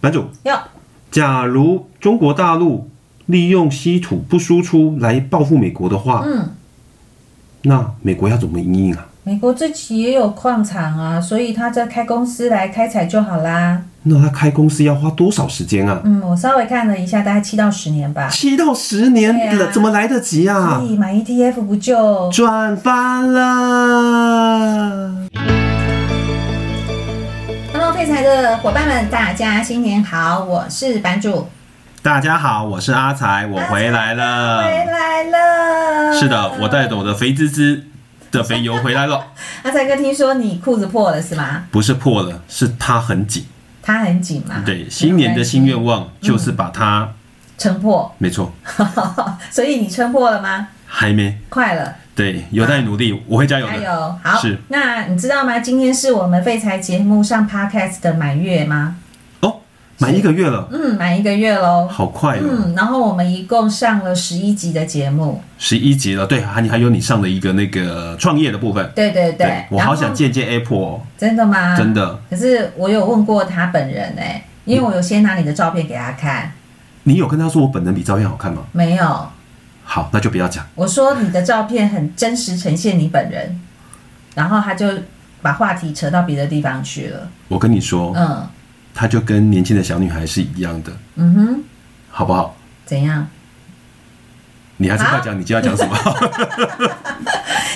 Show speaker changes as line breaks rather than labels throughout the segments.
版主，
要
假如中国大陆利用稀土不输出来报复美国的话，
嗯，
那美国要怎么应应啊？
美国自己也有矿场啊，所以他再开公司来开采就好啦。
那他开公司要花多少时间啊？
嗯，我稍微看了一下，大概七到十年吧。
七到十年
对
了，
啊嗯
怎么来得及啊
所？以买 ETF 不就
赚翻了！
Hello 废材的伙伴们，大家新年好，我是版主，
大家好，我是阿才，我回来
回
了。
来了。
啊是的，我带着我的肥滋滋的肥油回来 了，
阿才哥，听说你裤子破了是吗？
不是破了，是它很紧。
它很紧嘛。
对，新年的新愿望就是把它，
撑破，
没错，
所以你撑破了吗？
还没。
快了，
对，有待努力，我会加油
加
的。
油！好
是，
那你知道吗？今天是我们废材节目上 podcast 的满月吗？
哦，满一个月了，
嗯，满一个月喽。
好快哦，
嗯，然后我们一共上了十一集的节目，
十一集了。对，还你还有你上的一个那个创业的部分，
对对对。
我
然
好
后
想见见 Apple，哦
真的吗？
真的。
可是我有问过他本人哎、因为我有先拿你的照片给他看，
你有跟他说我本人比照片好看吗？
没有。
好，那就不要讲。
我说你的照片很真实呈现你本人，然后他就把话题扯到别的地方去了。
我跟你说，
嗯
他就跟年轻的小女孩是一样的，
嗯哼，
好不好？
怎样？
你还是
好
快讲，你就要讲什么？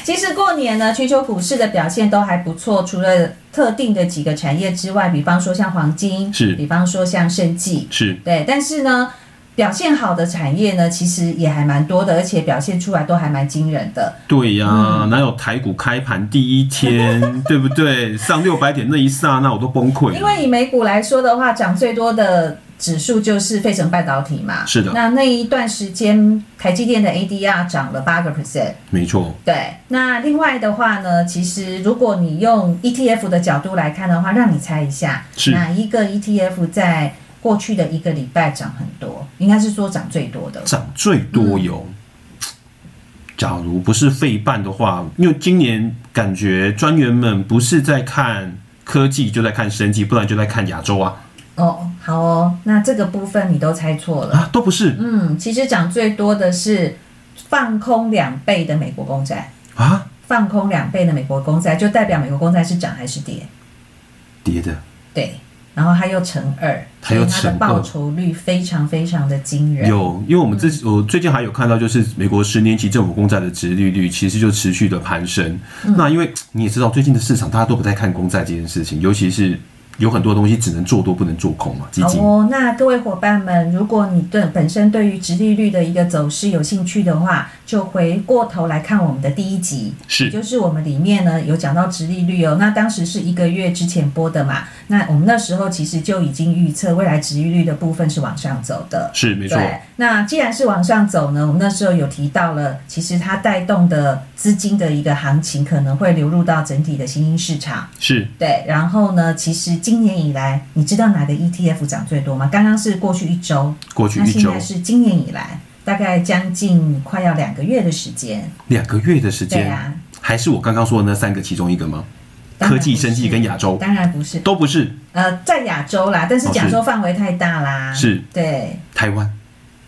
其实过年呢，全球股市的表现都还不错，除了特定的几个产业之外，比方说像黄金，
是
比方说像生技，
是
对。但是呢，表现好的产业呢，其实也还蛮多的，而且表现出来都还蛮惊人的。
对呀、
嗯
哪有台股开盘第一天，对不对？上六百点那一刹那，我都崩溃了。
因为以美股来说的话，涨最多的指数就是费城半导体嘛。
是的
那那一段时间，台积电的 ADR 涨了八个 percent。
没错，
对，那另外的话呢，其实如果你用 ETF 的角度来看的话，让你猜一下，
是
哪一个 ETF 在过去的一个礼拜涨很多？应该是说涨最多的。
涨最多有。
嗯
假如不是费半的话，因为今年感觉专员们不是在看科技，就在看生技，不然就在看亚洲啊
哦，好哦，那这个部分你都猜错了。
啊，都不是
嗯，其实涨最多的是放空两倍的美国公债。
啊，
放空两倍的美国公债，就代表美国公债是涨还是跌？
跌的
对，然后它又乘二，
它又
所以它的
乘二
报酬率非常非常的惊人。
有，因为我们这
嗯
我最近还有看到，就是美国十年期政府公债的殖利率其实就持续的攀升。
嗯
那因为你也知道，最近的市场大家都不太看公债这件事情，尤其是有很多东西只能做多不能做空嘛，基
好
金。
哦，那各位伙伴们，如果你对本身对于殖利率的一个走势有兴趣的话，就回过头来看我们的第一集，
是
就是我们里面呢有讲到殖利率哦。那当时是一个月之前播的嘛，那我们那时候其实就已经预测未来殖利率的部分是往上走的。
是没错，
对，那既然是往上走呢，我们那时候有提到了，其实它带动的资金的一个行情可能会流入到整体的新兴市场。
是
对，然后呢，其实今年以来，你知道哪个 ETF 涨最多吗？刚刚是过去一周，
过去
那
一
现
周
在是今年以来，大概将近快要两个月的时间。
两个月的时
对
间，
啊，
还是我刚刚说的那三个其中一个吗？
当然
科技、
不是
生技跟亚洲
当然不是，
都不是，
呃，在亚洲啦，但是
哦是
亚洲范围太大啦。
是
对，
台湾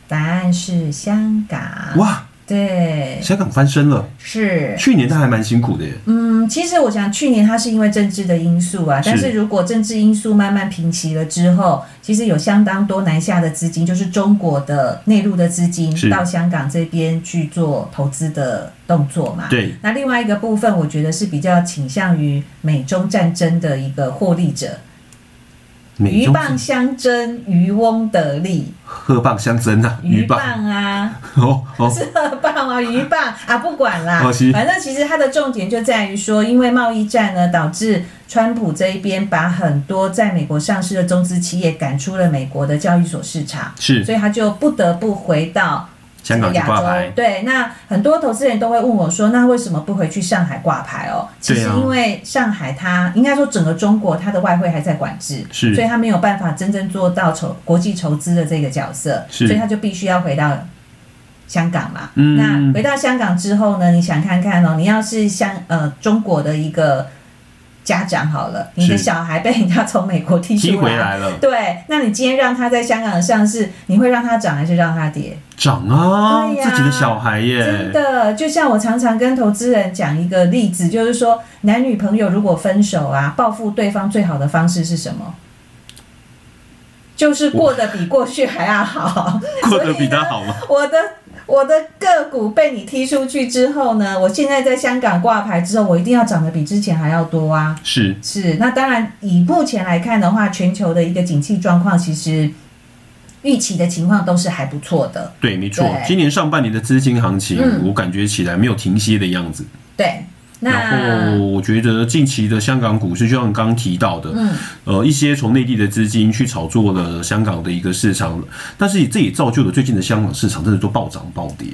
答案是香港。
哇，
对，
香港翻身了，
是。
去年他还蛮辛苦的耶，
嗯，其实我想去年它是因为政治的因素啊，
是
但是如果政治因素慢慢平息了之后，其实有相当多南下的资金，就是中国的内陆的资金
是
到香港这边去做投资的动作嘛。
对，
那另外一个部分，我觉得是比较倾向于美中战争的一个获利者，
美
鹬
中
蚌相争，渔翁得利。
鹤蚌相争啊，
鱼
鱼
蚌
蚌
啊，
哦哦，
是荷蚌啊，鱼蚌啊，不管啦
哦是，
反正其实它的重点就在于说，因为贸易战呢，导致川普这一边把很多在美国上市的中资企业赶出了美国的交易所市场，
是
所以他就不得不回到
香港就
亚
挂
洲
牌。
对，那很多投资人都会问我说，那为什么不回去上海挂牌哦？其
对
实
啊
因为上海它应该说整个中国它的外汇还在管制，
是
所以它没有办法真正做到筹国际筹资的这个角色，
是
所以它就必须要回到。香港嘛，
嗯
那回到香港之后呢？你想看看哦，你要是像呃中国的一个家长好了，你的
是
小孩被人家从美国踢
踢
出
回来了，
对，那你今天让他在香港上市，你会让他涨还是让他跌？
长啊，
对呀
自己的小孩
真
耶，
的，就像我常常跟投资人讲一个例子，就是说男女朋友如果分手啊，报复对方最好的方式是什么？就是过得比过去还要好。
过得比他好啊吗？
我的我的个股被你踢出去之后呢，我现在在香港挂牌之后，我一定要涨得比之前还要多啊。
是，
是，那当然，以目前来看的话，全球的一个景气状况，其实预期的情况都是还不错的。
对，没错
对。
今年上半年的资金行情，
嗯
我感觉起来没有停歇的样子。
对，
然后
那
我觉得近期的香港股市，就像刚刚提到的，
嗯，
呃，一些从内地的资金去炒作了香港的一个市场，但是这也造就了最近的香港市场真的都暴涨暴跌。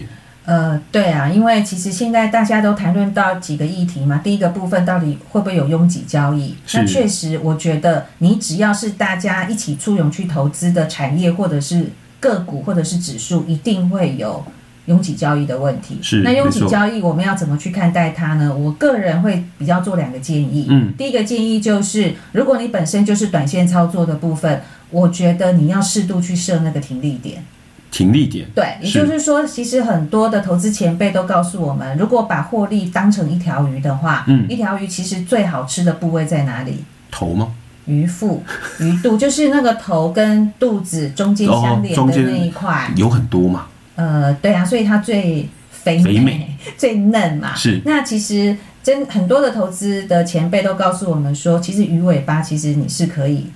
呃，对啊，因为其实现在大家都谈论到几个议题嘛，第一个部分到底会不会有拥挤交易？
是
那确实，我觉得你只要是大家一起簇拥去投资的产业，或者是个股，或者是指数，一定会有。拥挤交易的问题，
是
那拥
没
挤
错
交易我们要怎么去看待它呢？我个人会比较做两个建议，
嗯，
第一个建议就是，如果你本身就是短线操作的部分，我觉得你要适度去设那个停利点。
停利点
对，也
是
就是说，其实很多的投资前辈都告诉我们，如果把获利当成一条鱼的话，
嗯
一条鱼其实最好吃的部位在哪里？
头吗？
鱼腹、 鱼肚，就是那个头跟肚子中间相连
哦中
的
间
那一块。
有很多嘛，
呃，对啊，所以它最肥
肥美
最嫩嘛。
是
那其实真很多的投资的前辈都告诉我们说，其实鱼尾巴其实你是可以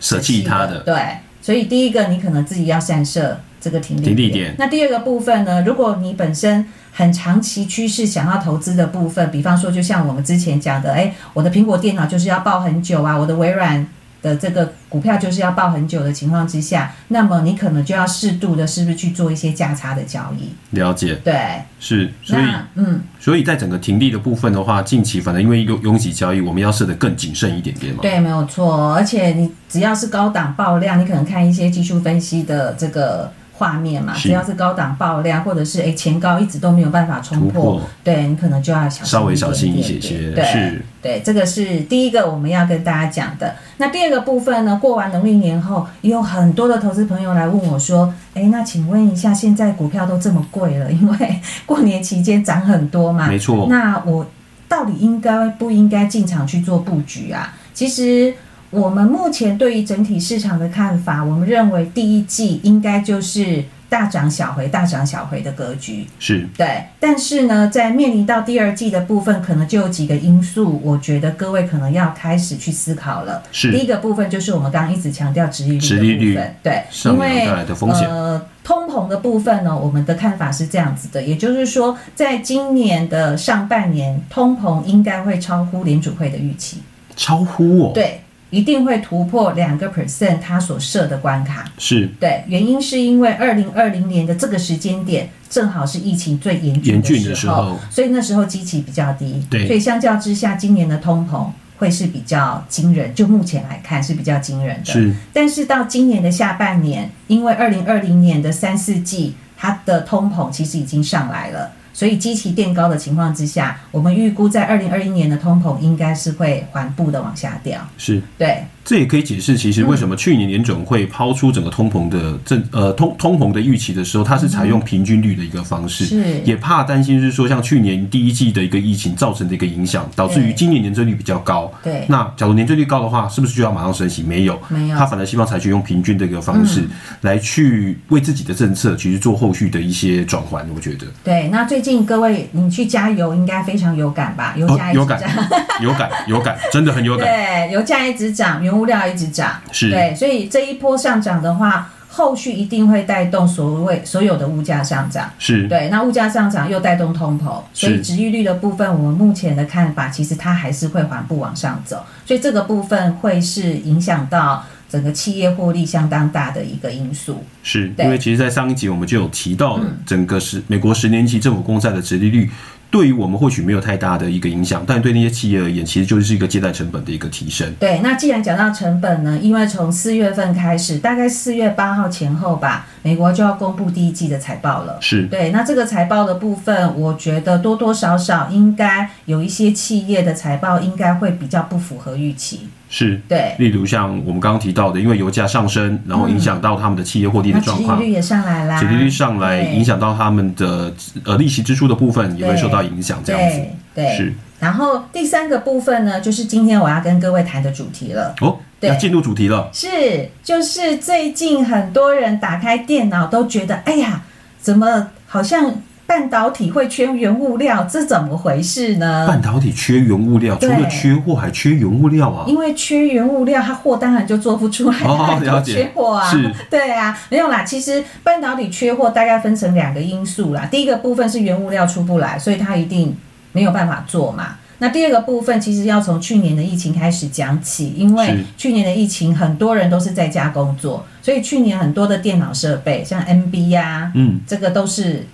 舍弃它的。
的。对，所以第一个你可能自己要善设这个停利
停利点
那第二个部分呢，如果你本身很长期趋势想要投资的部分，比方说就像我们之前讲的，哎，我的苹果电脑就是要抱很久啊，我的微软。的这个股票就是要抱很久的情况之下，那么你可能就要适度的，是不是去做一些价差的交易？
了解，
对，
是，所以
那嗯，
所以在整个停利的部分的话，近期反正因为拥拥挤交易，我们要设得更谨慎一点点嘛。
对，没有错。而且你只要是高档爆量，你可能看一些技术分析的这个画面嘛，
是
只要是高档爆量，或者是诶前高一直都没有办法冲
突破
对你可能就要小心
稍微小心一
点
些
点
些，
对，
是
对，这个是第一个我们要跟大家讲的。那第二个部分呢，过完农历年后，也有很多的投资朋友来问我说：“诶，那请问一下，现在股票都这么贵了，因为过年期间涨很多嘛，
没错。
啊那我到底应该不应该进场去做布局啊？其实我们目前对于整体市场的看法，我们认为第一季应该就是大涨小回、大涨小回的格局。
是
对，但是呢，在面临到第二季的部分，可能就有几个因素，我觉得各位可能要开始去思考了。第
是
一个部分就是我们刚刚一直强调殖利率
殖利率
的部分，对，
上
因
扬
为
带来的风险
呃，通膨的部分呢，我们的看法是这样子的，也就是说，在今年的上半年，通膨应该会超乎联储会的预期，
超乎我，
对，一定会突破两个 percent 它所设的关卡。
是
对，原因是因为二零二零年的这个时间点，正好是疫情最严
严
峻
峻
的
的
时
时
候
候，
所以那时候基期比较低，
对
所以相较之下，今年的通膨会是比较惊人，就目前来看是比较惊人的。
是
但是到今年的下半年，因为二零二零年的三四季，它的通膨其实已经上来了，所以基期垫高的情况之下，我们预估在二零二一年的通膨应该是会缓步的往下掉。
是。
对，
这也可以解释，其实为什么
嗯
去年联准会抛出整个通膨的政呃通通膨的预期的时候，它是采用平均率的一个方式，
嗯是
也怕担心是说像去年第一季的一个疫情造成的一个影响，导致于
对
今年年增率比较高。
对
那假如年增率高的话，是不是就要马上升息？没有，
没有嗯
他反而希望采取用平均的一个方式、来去为自己的政策其实做后续的一些转换。我觉得
对，那最近各位你去加油应该非常有感吧？油价一
哦有
直
感
涨，，
有感，有感，真的很有感，
对，油价一直涨，原物料一直涨，
是
对，所以这一波上涨的话，后续一定会带动所谓所有的物价上涨。
是
对，那物价上涨又带动通膨，所以
是
值利率的部分，我们目前的看法，其实它还是会缓步往上走，所以这个部分会是影响到整个企业获利相当大的一个因素。
是
对嗯
因为其实，在上一集我们就有提到了，整个十美国十年期政府公债的殖利率对于我们或许没有太大的一个影响，但对那些企业而言，其实就是一个借贷成本的一个提升。
对，那既然讲到成本呢，因为从四月份开始，大概四月八号前后吧，美国就要公布第一季的财报了。
是，
对，那这个财报的部分，我觉得多多少少应该有一些企业的财报应该会比较不符合预期。
是。
对，
例如像我们刚刚提到的，因为油价上升，然后影响到他们的企业获利
那
的
殖
状
利
况，
率也啊上来啦，
殖利率上来，
对
影响到他们的呃利息支出的部分也会受到影响，这样子
对对。
是
然后第三个部分呢，就是今天我要跟各位谈的主题了。
哦，
对
要进入主题了，
是，就是最近很多人打开电脑都觉得，哎呀，怎么好像半导体会缺原物料，这怎么回事呢？
半导体缺原物料，除
对
了缺货还缺原物料啊，
因为缺原物料，它货当然就做不出来，
哦
它就
了解
缺货啊
是。
对啊，没有啦。其实半导体缺货大概分成两个因素啦，第一个部分是原物料出不来，所以它一定没有办法做嘛。那第二个部分其实要从去年的疫情开始讲起，因为
是
去年的疫情很多人都是在家工作，所以去年很多的电脑设备像 NB 呀、
嗯，
这个都是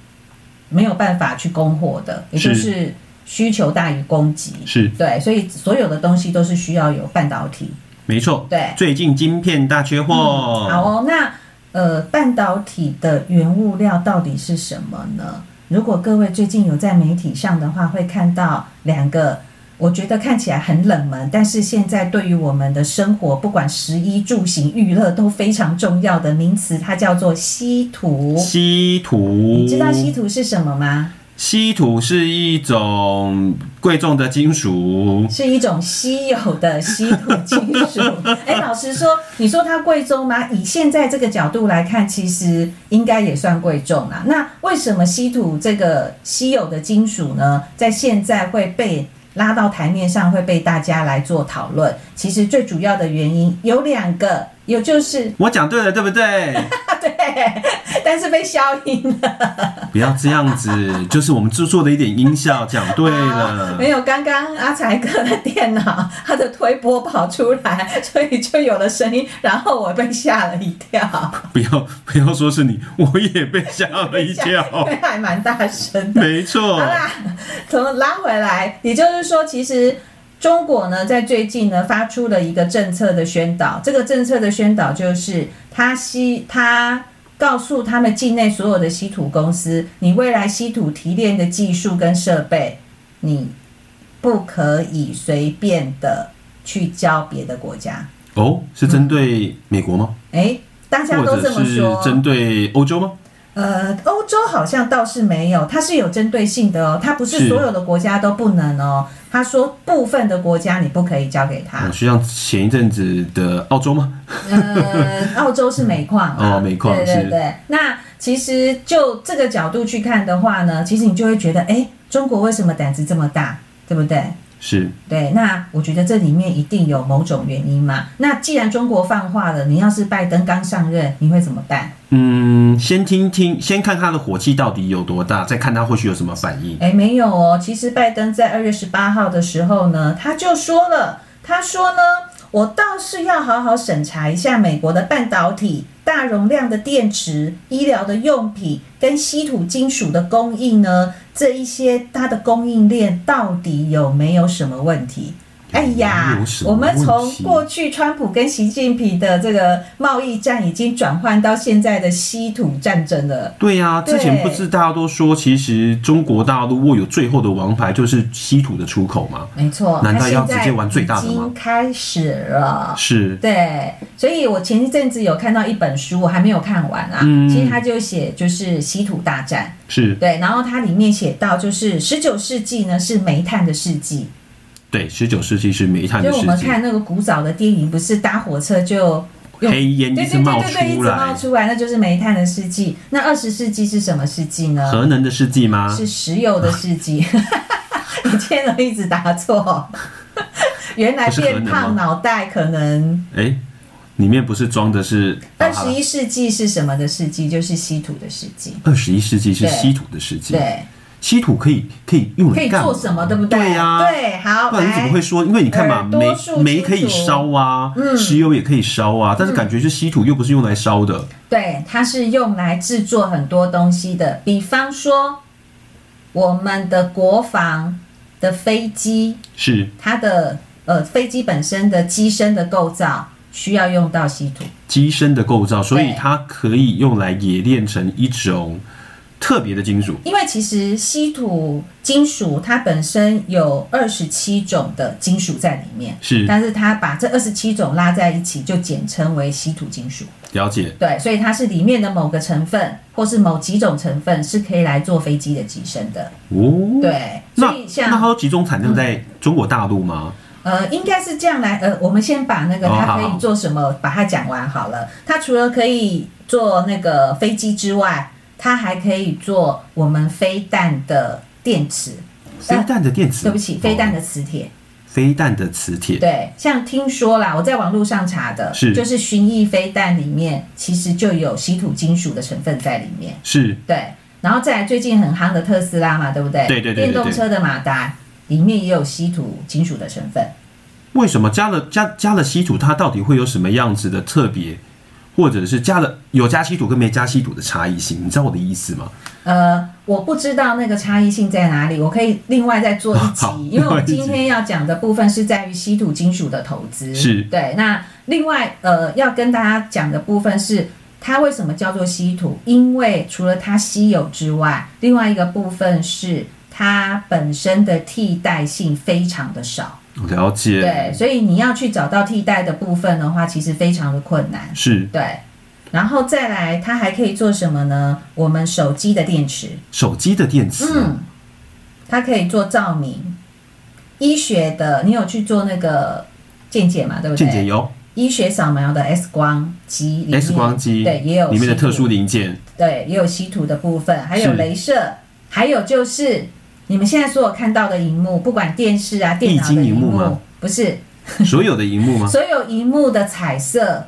没有办法去供货的，也就是是需求大于供给。
是
对，所以所有的东西都是需要有半导体。
没错，
对，
最近晶片大缺货，
好哦，那呃，半导体的原物料到底是什么呢？如果各位最近有在媒体上的话，会看到两个，我觉得看起来很冷门，但是现在对于我们的生活，不管食衣住行、娱乐都非常重要的名词，它叫做稀土。
稀土，
你知道稀土是什么吗？
稀土是一种贵重的金属，
是一种稀有的稀土金属。哎，老实说，你说它贵重吗？以现在这个角度来看，其实应该也算贵重啦。那为什么稀土这个稀有的金属呢，在现在会被拉到台面上，会被大家来做讨论？其实最主要的原因有两个，有就是
我讲对了，对不 对？
对，但是被消音
不要这样子，就是我们制作的一点音效，讲对了
啊 没。有，刚刚阿才哥的电脑，他的推波跑出来，所以就有了声音，然后我被吓了一跳，
不要不要说是你，我也被 吓了一
因
跳。
为还蛮大声的。
没错
好，啦，从拉回来，也就是说，其实中国呢，在最近呢发出了一个政策的宣导，这个政策的宣导就是它稀它。告诉他们境内所有的稀土公司，你未来稀土提炼的技术跟设备，你不可以随便的去交别的国家。
哦，是针对美国吗？
诶，嗯大家
或
都这
者
么
是
说。
针对欧洲吗？
呃，欧洲好像倒是没有，它是有针对性的哦，它不是
是
所有的国家都不能哦。他说部分的国家你不可以交给 他
哦，，就像前一阵子的澳洲吗？
呃，澳洲是煤矿啊
哦煤矿
对对
是
对。那其实就这个角度去看的话呢，其实你就会觉得，哎，中国为什么胆子这么大，对不对？
是
对，那我觉得这里面一定有某种原因嘛。那既然中国放话了，你要是拜登刚上任，你会怎么办？
嗯，先听听，先看他的火气到底有多大，再看他或许有什么反应。
哎，没有哦。其实拜登在二月十八号的时候呢，他就说了，他说呢，我倒是要好好审查一下美国的半导体、大容量的电池、医疗的用品跟稀土金属的供应呢，这一些它的供应链到底有没有什么问题？哎呀
有，什么
我们从
问题
过去川普跟习近平的这个贸易战，已经转换到现在的稀土战争了。
对呀、
对
之前不是大家都说，其实中国大陆握有最后的王牌就是稀土的出口吗？
没错，
难道
他
要
现在
直接玩最大的吗
已经开始了。
是，
对，所以我前一阵子有看到一本书，我还没有看完啊。
嗯
其实他就写就是稀土大战，
是，
对，然后它里面写到就是十九世纪呢是煤炭的世纪，
对，十九世纪是煤炭
就
的
是我
世
们
纪，
看那个古早的电影，不是搭火车就用
黑烟
对
一
对
直
对
冒
对对，一直
出
冒
来，
出来，那就是煤炭的世纪。那二十世纪是什么世纪呢？
核能的世纪吗？
是石油的 世纪。你今天都一直答错，原来
不是核
变
能吗
胖脑袋可能
哎、里面不是装的是
二十一世纪是什么的世纪？就是稀土的世纪。
二十一世纪是
对
稀土的世纪，
对，
稀土可以可以用
可
来
以
干嘛
做什么，对不对？
对啊呀、
对，好，
不然你怎么
来
会说？因为你看嘛，
耳朵
煤
竖
煤
清
可以
楚
烧啊，
嗯
石油也可以烧啊，但是感觉是稀土又不是用来烧的，
对，它是用来制作很多东西的，比方说我们的国防的飞机，
是
它的呃飞机本身的机身的构造需要用到稀土，
机身的构造，所以
对
它可以用来冶炼成一种特别的金属。
因为其实稀土金属它本身有二十七种的金属在里面，
是
但是它把这二十七种拉在一起，就简称为稀土金属。
了解，
对，所以它是里面的某个成分，或是某几种成分，是可以来做飞机的机身的。
哦。
对，
那
所以
那它
像
都集中产量在中国大陆吗？
呃，应该是这样来，呃，我们先把那个
哦
它
好
可以
好
做什么，把它讲完好了。它除了可以做那个飞机之外，它还可以做我们飞弹的电池。
飞弹的电池？
呃对不起，飞弹
哦
的磁铁。
飞弹的磁铁。
对，像听说啦，我在网络上查的，
是
就是巡弋飞弹里面其实就有稀土金属的成分在里面。
是
对，然后再来最近很夯的特斯拉嘛，对不对？
对对对对对
电动车的马达里面也有稀土金属的成分。
为什么加了加加了稀土，它到底会有什么样子的特别，或者是加了有加稀土跟没加稀土的差异性？你知道我的意思吗？
呃，我不知道那个差异性在哪里，我可以另外再做一 集
好，
因为我
另外
们今
一集
天要讲的部分是在于稀土金属的投资。
是
对。那另外呃，要跟大家讲的部分是。它为什么叫做稀土？因为除了它稀有之外，另外一个部分是它本身的替代性非常的少。
我了解，
对，，所以你要去找到替代的部分的话，其实非常的困难。
是
对，然后再来，它还可以做什么呢？我们手机的电池，
手机的电池，
嗯，它可以做照明。医学的，你有去做那个健检嘛？对不对？
健检油、
医学扫描的 X 光机里面
X 光机，
对，也有
里面的
稀土
特殊零 件，
对，也有稀土的部分，还有
是
镭射，还有就是你们现在所有看到的荧幕，不管电视啊、电脑的
液晶
荧
荧幕吗
幕，不是
所有的荧幕吗？
所有荧幕的彩色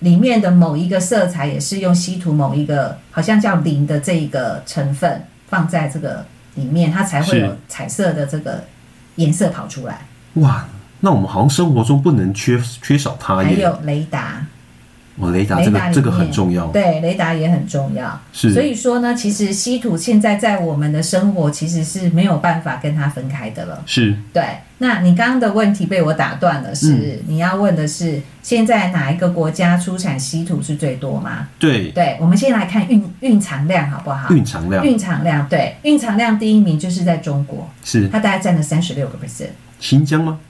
里面的某一个色彩，也是用稀土某一个好像叫磷的这一个成分放在这个里面，它才会
是
有彩色的这个颜色跑出来。
哇，那我们好像生活中不能缺缺少它
还
耶。
有雷达，
我雷达
雷
啊这
达
个
里
这个很
面
重要，
对，雷达也很重要。
是
所以说呢，其实稀土现在在我们的生活其实是没有办法跟它分开的了。
是
对，那你刚刚的问题被我打断了，是、
嗯
你要问的是现在哪一个国家出产稀土是最多吗？
对
对，我们先来看蕴蕴藏量好不好？
蕴藏量
蕴藏量，对，蕴藏量第一名就是在中国，
是
它大概占了三十六个 percent。
新疆吗？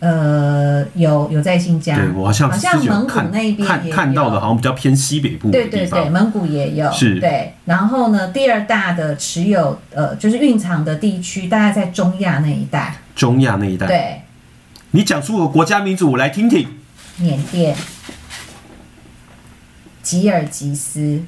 呃，有有在新疆，
对我好像
好
之
像
前有
蒙古
看
那一边
看
也
看到
有
的，好像比较偏西北部的
对
地
对
方
对，。蒙古也有，
是
对。然后呢，第二大的持有呃，就是蕴藏的地区，大概在中亚那一带，
中亚那一带。
对，
你讲出我国家民族，我来听听。
缅甸、吉尔吉斯，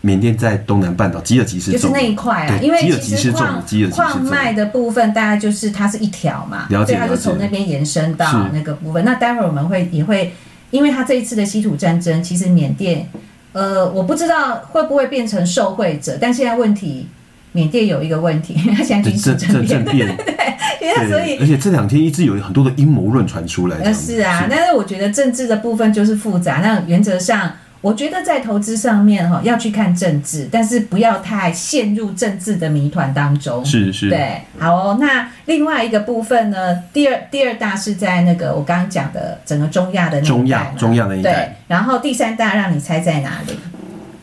缅甸在东南半岛，吉尔吉斯
就是
州
那一块啊，
对
因为
吉尔
其
吉
实
斯州
矿，
吉尔吉斯
矿
州
脉的部分大概就是它是一条嘛，
了解
所以它就
了解
从那边延伸到
是
那个部分。那待会儿我们会也会，因为它这一次的稀土战争，其实缅甸，呃，我不知道会不会变成受贿者，但现在问题，缅甸有一个问题， 它现在
对
军事
政政政
政 变，
变，
因为哎所以
而且这两天一直有很多的阴谋论传出来。这
呃，
样子
是啊，但是我觉得政治的部分就是复杂。那原则上，我觉得在投资上面哈、要去看政治，但是不要太陷入政治的谜团当中。
是是
对，好哦。那另外一个部分呢，第二第二大是在那个我刚刚讲的整个中亚的那一带嘛
中亚中亚那一带
对，然后第三大让你猜在哪里？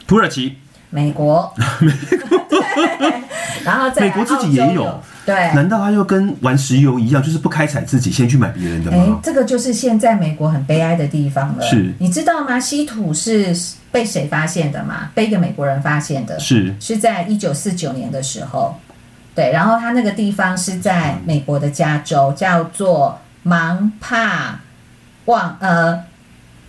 土耳其，
美 国。对，然后再来
美国自己
澳洲
也有
对。
难道他又跟玩石油一样，就是不开采自己，先去买别人的
哎
吗，？
这个就是现在美国很悲哀的地方了。
是
你知道吗？稀土是被谁发现的吗？被一个美国人发现的，
是
是在一九四九年的时候。对，然后他那个地方是在美国的加州，叫做芒帕旺呃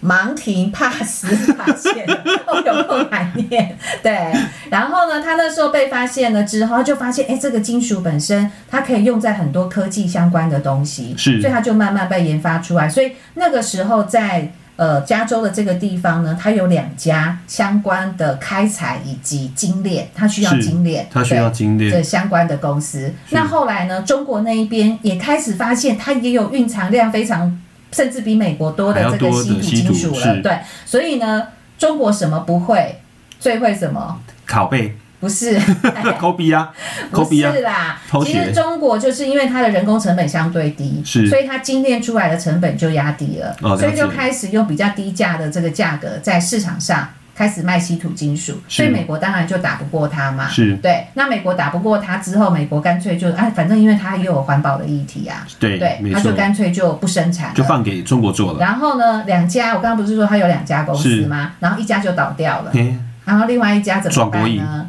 芒廷帕斯发现的，我有够难念。对，然后呢，他那时候被发现了之后，他就发现，哎，这个金属本身它可以用在很多科技相关的东西，
是
所以它就慢慢被研发出来。所以那个时候在呃加州的这个地方呢，它有两家相关的开采以及精炼，它需要
是
精炼，
他需要精
对这
炼，
相关的公司。
是
那后来呢，中国那一边也开始发现，它也有蕴藏量非常甚至比美国多的这
还要
个
多的
稀土
稀
金
土
属了。
是
对，所以呢，中国什么不会，最会什么？
拷贝
不是，
抠鼻啊，抠
不
鼻啊，
是啦
偷，
其
学
实中国就是因为它的人工成本相对低，
是
所以它精炼出来的成本就压低了，
哦了解
所以就开始用比较低价的这个价格在市场上开始卖稀土金属，
是
所以美国当然就打不过它嘛。
是
对，那美国打不过它之后，美国干脆就哎，反正因为它也有环保的议题啊，
对，
对
哎没，
它
错
就，干脆就不生产了，
就放给中国做了。
然后呢，两家，我刚刚不是说它有两家公司
是
吗？然后一家就倒掉了，
嘿
然后另外一家怎么
转国
办
营
呢？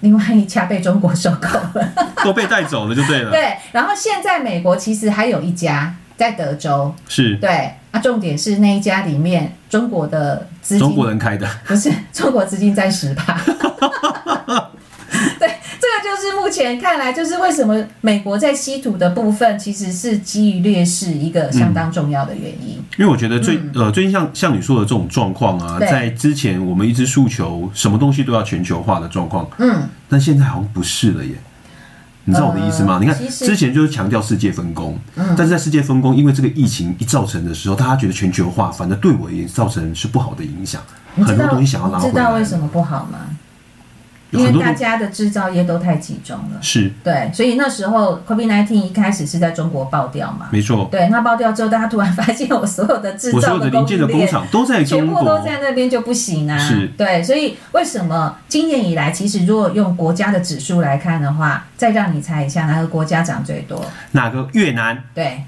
另外一家被中国收购了，
都被带走了就对了。
对。然后现在美国其实还有一家在德州，
是
对。啊，重点是那一家里面中国的资金
中国人开的，
不是中国资金占 十趴。对，这个就是目前看来，就是为什么美国在稀土的部分其实是基于劣势一个相当重要的原因。
因为我觉得最、呃最近像像你说的这种状况啊，
嗯对
在之前我们一直诉求什么东西都要全球化的状况，
嗯，
但现在好像不是了耶。你知道我的意思吗？
呃
你看
其实
之前就是强调世界分工，
嗯
但是在世界分工因为这个疫情一造成的时候，大家觉得全球化反而对我也造成是不好的影响，
你知
很多
道
东西想要拿
你
回
知道
来
为，什么不好吗？
有
因
很
为
多
大
东
家的制造业都太集中了。
是
对，所以那时候 COVID-19 一开始是在中国爆掉嘛。
没错，
对，那爆掉之后，大家突然发现我所有的制
我所
造
有的
供
零件的
应
工
链
厂都在
全
中
部都
国，
在那边就不行啊。
是
对，所以为什么今年以来，其实如果用国家的指数来看的话，再让你猜一下哪个国家涨最多？
哪个越南
对，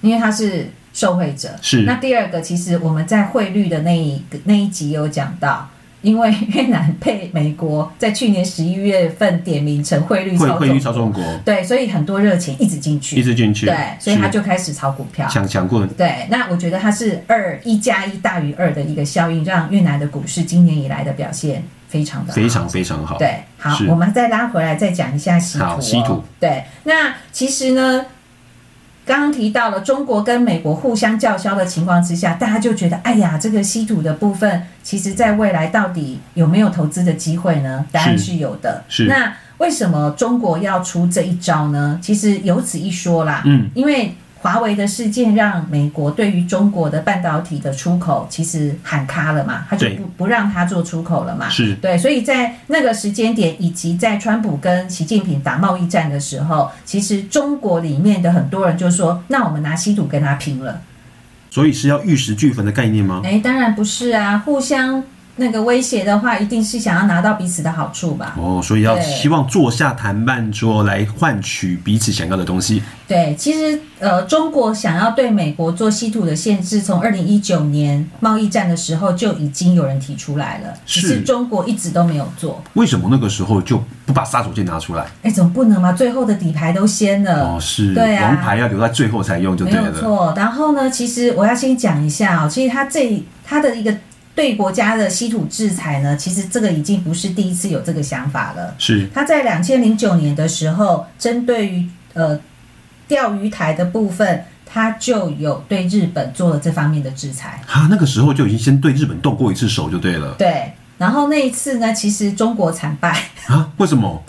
因为它是受惠者。
是
那第二个，其实我们在汇率的那一个那一集有讲到。因为越南被美国在去年十一月份点名成汇率
会
操
会遇
纵，
到中国，
对，所以很多热钱一直进
一
去，
直进去，
对，所以
是
他就开始炒股票。
抢抢过
对，那我觉得它是二一加一大于二的一个效应，让越南的股市今年以来的表现非常的好。
非常非常好，
对，好
是，
我们再拉回来再讲一下稀土、哦。
好稀土。
对，那其实呢，刚刚提到了中国跟美国互相叫嚣的情况之下，大家就觉得，哎呀，这个稀土的部分，其实在未来到底有没有投资的机会呢？答案
是
是有的。
是
那为什么中国要出这一招呢？其实有此一说啦。
嗯，
因为。华为的事件让美国对于中国的半导体的出口其实喊卡了嘛，他就
对
不不让他做出口了嘛。
是
对，所以在那个时间点，以及在川普跟习近平打贸易战的时候，其实中国里面的很多人就说：“那我们拿稀土跟他拼了。
所以是要玉石俱焚的概念吗？
哎，当然不是啊，互相那个威胁的话，一定是想要拿到彼此的好处吧？
哦，所以要
对
希望坐下谈判桌来换取彼此想要的东西。
对，其实呃，中国想要对美国做稀土的限制，从二零一九年贸易战的时候就已经有人提出来了，只
是
是中国一直都没有做。
为什么那个时候就不把杀手锏拿出来？
哎，总不能嘛，最后的底牌都掀了。
哦，是
对啊
王牌要留在最后才用就
没
对
有
了。
错。然后呢，其实我要先讲一下哦，其实它这它的一个对国家的稀土制裁呢，其实这个已经不是第一次有这个想法了。
是
它在两千零九年的时候，针对于呃钓鱼台的部分，它就有对日本做了这方面的制裁。
他啊那个时候就已经先对日本动过一次手就对了
对，然后那一次呢，其实中国惨败。
啊？为什 么？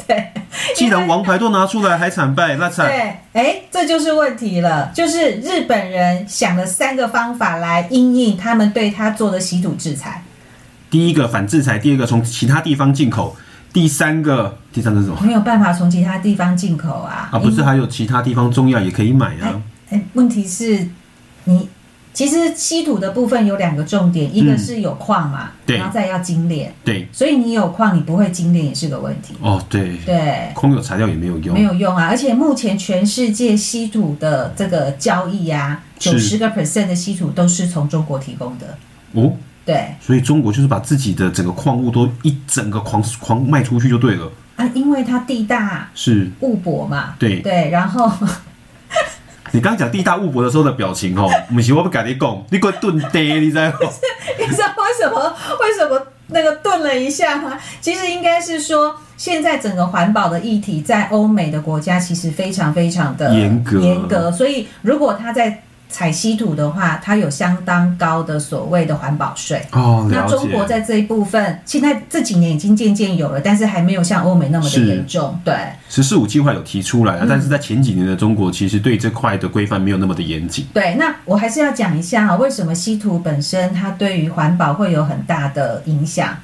既然王牌都拿出来还惨败，那惨
对，哎，这就是问题了，就是日本人想了三个方法来因应他们对他做的稀土制裁。
第一个反制裁，第二个从其他地方进口，第三个第三个是什么？
没有办法从其他地方进口啊。
啊，不是还有其他地方中药也可以买
哎
啊？
哎，问题是，你其实稀土的部分有两个重点，一个是有矿嘛，
嗯对
然后再要精炼，
对，
所以你有矿你不会精炼也是个问题，
哦对，
对。
空有材料也没有
没
用，
有用啊！而且目前全世界稀土的这个交易啊，九
是
十个 percent 的稀土都是从中国提供的。
哦。
对
所以中国就是把自己的整个矿物都一整个狂狂卖出去就对了，
啊，因为它地大
是。
物博嘛，
对
对，然后
你刚刚讲地大物博的时候的表情 哦，不是我不跟你讲，你给我蹲爹，你知道吗？
你知道为什么为什么那个顿了一下吗？其实应该是说，现在整个环保的议题在欧美的国家其实非常非常的
严格
严格，所以如果他在采稀土的话，它有相当高的所谓的环保税。
哦，
那
了
中国
解。
在这一部分，现在这几年已经渐渐有了，但是还没有像欧美那么的
是
严重。对，
十四五计划有提出
嗯
来啊，但是在前几年的中国，其实对这块的规范没有那么的严谨。
对，那我还是要讲一下啊，为什么稀土本身它对于环保会有很大的影响。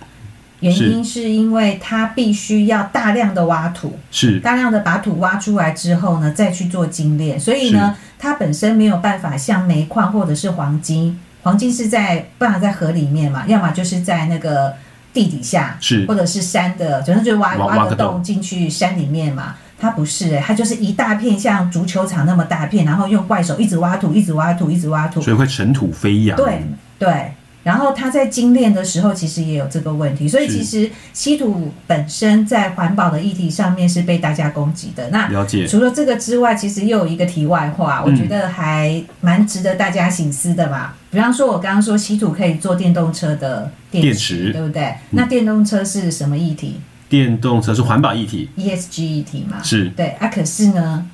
原因是因为它必须要大量的挖土，
是
大量的把土挖出来之后呢，再去做精炼，所以呢，它本身没有办法像煤矿或者是黄金，黄金是在不然在河里面嘛，要么就是在那个地底下，
是
或者是山的，反正就挖
挖
挖
挖
个
个
洞
洞
进去山里面嘛。它不是、欸，它就是一大片像足球场那么大片，然后用怪手一直挖土，一直挖土，一直挖土。
所以会尘土飞扬。
对对，然后它在精炼的时候，其实也有这个问题，所以
是
其实稀土本身在环保的议题上面是被大家攻击的。那
了解。
除了这个之外，其实又有一个题外话，我
嗯
觉得还蛮值得大家醒思的嘛。比方说，我刚刚说稀土可以做电动车的电
电
池，
池嗯
对不对？那电动车是什么议题
电动车是环保议题，
？ESG 议题嘛。
是
对啊，可是呢，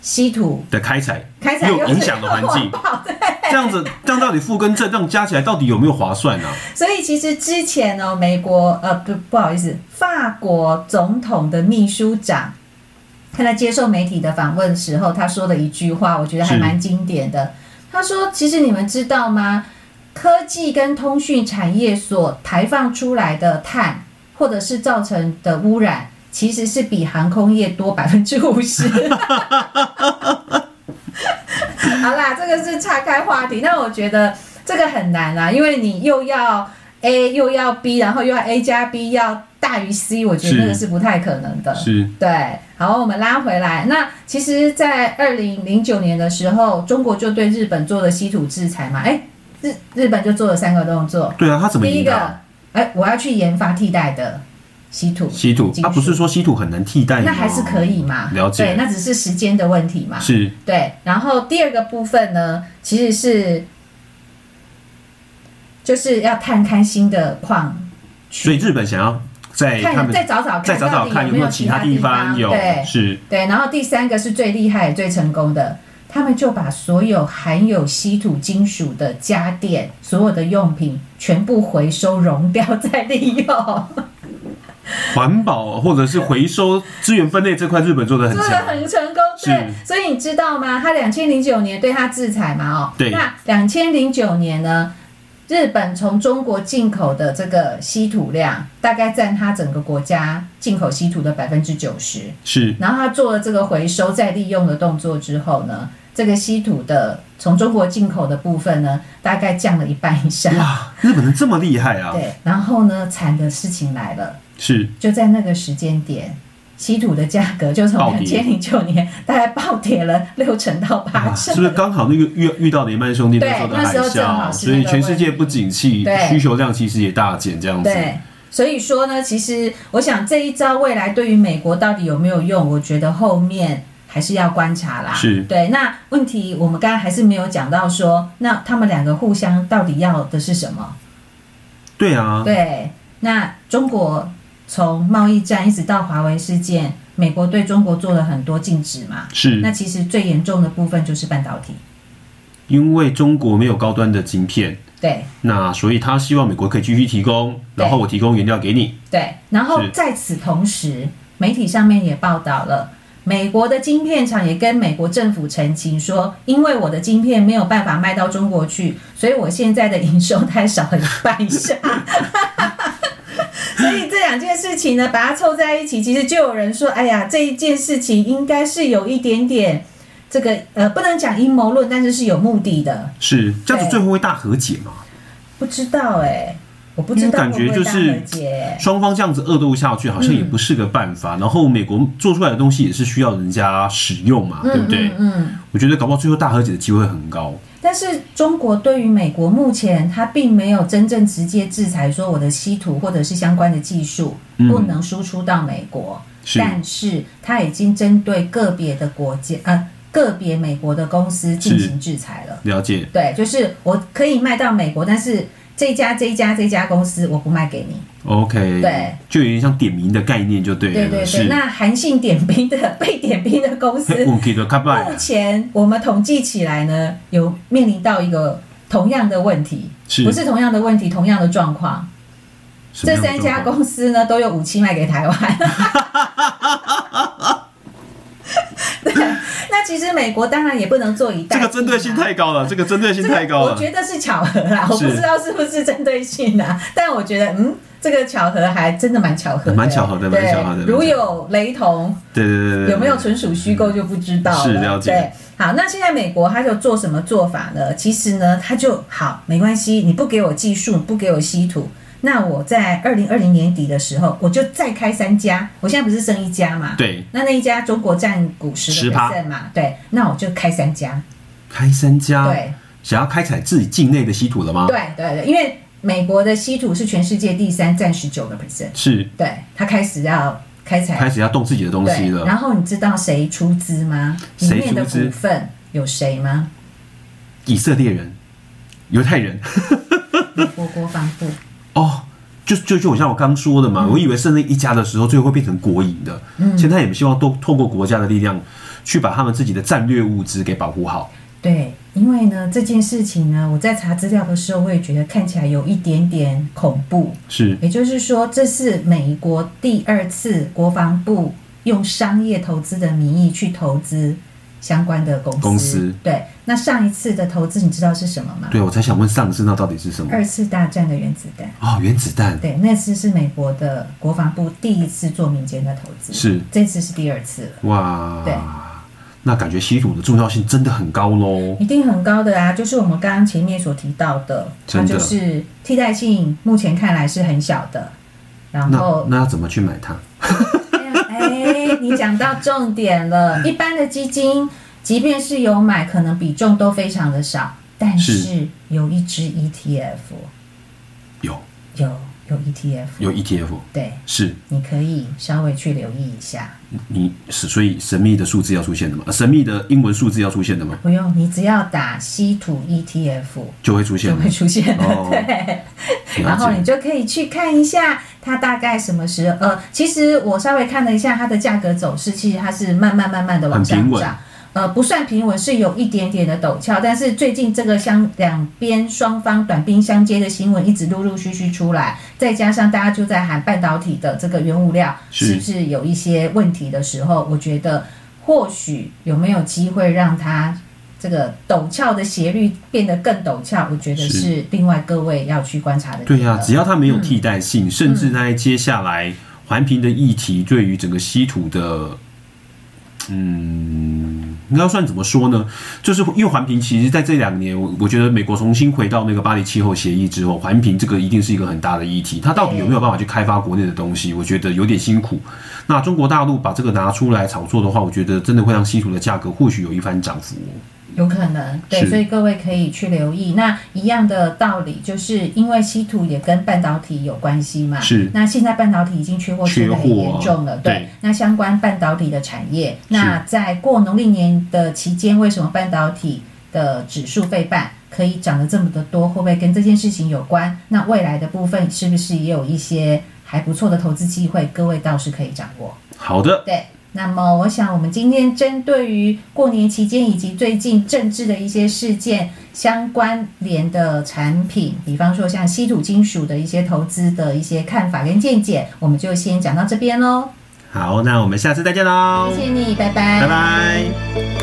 稀土
的开采，
开采
又
是
影响了环 境
环保对
这样子，这样到底负跟正，这样加起来到底有没有划算呢、啊？
所以其实之前呢、美国呃不不好意思，法国总统的秘书长，他在接受媒体的访问时候，他说的一句话，我觉得还
是
蛮经典的。他说：“其实你们知道吗？科技跟通讯产业所排放出来的碳，或者是造成的污染，其实是比航空业多百分之五十。” 好啦，这个是岔开话题。那我觉得这个很难啊，因为你又要 A 又要 B，然后又要 A 加 B 要大于 C，我觉得
是
那个是不太可能的。
是
对，好，我们拉回来。那其实，在二零零九年的时候，中国就对日本做了稀土制裁嘛。哎，日日本就做了三个动作。
对啊，它怎么
第一
赢
个
的啊？，
哎，我要去研发替代的稀土，
稀土
金，属
它、不是说稀土很难替代吗？
那还是可以啊嘛？
了解
对，那只是时间的问题嘛。
是
对，然后第二个部分呢，其实是就是要探勘新的矿
所以日本想要在哎他
看
们
再找找看，
再找找看
有
有没有
其
其他地
方
方有
对
是
对，然后第三个是最厉害、最成功的，他们就把所有含有稀土金属的家电、所有的用品全部回收、熔掉再利 用，
环保或者是回收资源分类这块，日本做的很
做的
强。
很成功。对，所以你知道吗？他两千零九年对他制裁嘛，哦，
对
那两千零九年呢？日本从中国进口的这个稀土量，大概占它整个国家进口稀土的百分之九十。
是
然后他做了这个回收再利用的动作之后呢，这个稀土的从中国进口的部分呢，大概降了一半以上。
哇，日本人这么厉害啊！
对，然后呢，惨的事情来了，
是
就在那个时间点，稀土的价格就从
暴
两
跌
千零九年大概暴跌了六成到八
啊，
成。
是不是刚好那个遇遇到雷曼兄弟
对
那时候的
那
海
时候正好
啸，
是
所
那
以
个
全世界
问题
不景气
对，
需求量其实也大减这样子。
对，所以说呢，其实我想这一招未来对于美国到底有没有用，我觉得后面还是要观察啦。
是
对。那问题我们刚才还是没有讲到说，那他们两个互相到底要的是什么？
对啊，
对，那中国从贸易战一直到华为事件，美国对中国做了很多禁止嘛。
是
那其实最严重的部分就是半导体，
因为中国没有高端的晶片，
对
那所以他希望美国可以继续提供，
对
然后我提供原料给你。
对。然后
是
在此同时，媒体上面也报道了，美国的晶片厂也跟美国政府澄清说，因为我的晶片没有办法卖到中国去，所以我现在的营收太少了一半以上。 所以这两件事情呢，把它凑在一起，其实就有人说，哎呀，这一件事情应该是有一点点这个呃，不能讲阴谋论，但是是有目的的。
是这样
对
子，最后会大和解嘛？
不知道哎、我不知
因为
道
感
会
觉
不会
就是
大和解。
双方这样子恶斗下去，好像也不是个办
嗯
法。然后美国做出来的东西也是需要人家使用嘛，对不对？
嗯嗯嗯
我觉得搞不好最后大和解的机会很高。
但是中国对于美国目前它并没有真正直接制裁，说我的稀土或者是相关的技术
嗯
不能输出到美国，
是
但是它已经针对个别的国家呃个别美国的公司进行制裁了。
了解，
对，就是我可以卖到美国，但是这家这家这家公司我不卖给你。
OK，
对，
就有点像点名的概念就对了，
对对对，
是。
那韩信点兵的被点兵的公司
嘿，我给的卡拜
目前我们统计起来呢，有面临到一个同样的问题，
是
不是同样的问题，同样的状况。这三家公司呢，都有 武器卖给台湾。对，那其实美国当然也不能做一代、
这个针对性太高了，这个针对性太高
我
了。
觉得是巧合啦，我不
是
知道是不是针对性啊，但我觉得嗯，这个巧合还真的蛮巧合的，
蛮巧合的
对
蛮巧合的蛮巧合的
如有雷同，
对对对对对，
有没有纯属虚构就不知道
嗯
了。
是了解
对，好，那现在美国它就做什么做法呢？其实呢，它就好，没关系，你不给我技术，不给我稀土，那我在二零二零年底的时候，我就再开三家。我现在不是剩一家嘛？。
对
那那一家中国占股十
10%
的 percent 嘛？对，那我就开三家。
开三家，
对
想要开采自己境内的稀土了吗？
对对对，因为美国的稀土是全世界第三，占十九个 percent。
是
对，它开始要开采
开始要动自己的东西
对，
了。
然后你知道谁出资吗？里
谁
面的
出资
股份有谁吗？
以色列人、犹太人，
美国国防部。
哦，就就就我像我刚说的嘛，
嗯
我以为胜利一家的时候，最后会变成国营的。现在也希望都透过国家的力量，去把他们自己的战略物资给保护好。
对，因为呢这件事情呢，我在查资料的时候，我也觉得看起来有一点点恐怖。
是
也就是说，这是美国第二次国防部用商业投资的名义去投资相关的公司。
公司
对，那上一次的投资你知道是什么吗？
对，我才想问上次那到底是什么？
二次大战的原子弹。
哦，原子弹
对，那次是美国的国防部第一次做民间的投资，
是
这次是第二次了。
哇
对，
那感觉稀土的重要性真的很高喽。
一定很高的啊，就是我们刚刚前面所提到的，它
真的
就是替代性，目前看来是很小的。然
那
后，
那要怎么去买它？
哎，你讲到重点了。一般的基金，即便是有买，可能比重都非常的少，但
是
是有一支 ETF，
有
有有 ETF，
有 E ETF
对，
哦是
你可以稍微去留意一下。
你是所以神秘的数字要出现的嘛？呃神秘的英文数字要出现的嘛？
不用，你只要打稀土 ETF
就会出现
就
了
会。出现了，
哦
对。
了解
然后你就可以去看一下它大概什么时候。呃，其实我稍微看了一下它的价格走势，其实它是慢慢慢慢的往
很
上
平稳
涨。呃，不算平稳，是有一点点的陡峭，但是最近这个相两边双方短兵相接的新闻一直陆陆续续出来，再加上大家就在喊半导体的这个原物料
是
是不是有一些问题的时候，我觉得或许有没有机会让它这个陡峭的斜率变得更陡峭，我觉
是
得是另外各位要去观察的点了。
对呀、只要它没有替代性，甚至在接下来环评的议题对于整个稀土的，嗯，应该算怎么说呢？就是因为环评，其实在这两年，我我觉得美国重新回到那个巴黎气候协议之后，环评这个一定是一个很大的议题。它到底有没有办法去开发国内的东西？我觉得有点辛苦。那中国大陆把这个拿出来炒作的话，我觉得真的会让稀土的价格或许有一番涨幅哦。
有可能，对，
是
所以各位可以去留意。那一样的道理，就是因为稀土也跟半导体有关系嘛。
是
那现在半导体已经缺货缺
缺
的
货啊
很严重了，对。
对
那相关半导体的产业，那在过农历年的期间，为什么半导体的指数费半可以涨得这么的多？会不会跟这件事情有关？那未来的部分是不是也有一些还不错的投资机会？各位倒是可以掌握。
好的，
对，那么我想我们今天针对于过年期间以及最近政治的一些事件相关联的产品，比方说像稀土金属的一些投资的一些看法跟见解，我们就先讲到这边喽。
好，那我们下次再见喽，
谢谢你，拜
拜拜。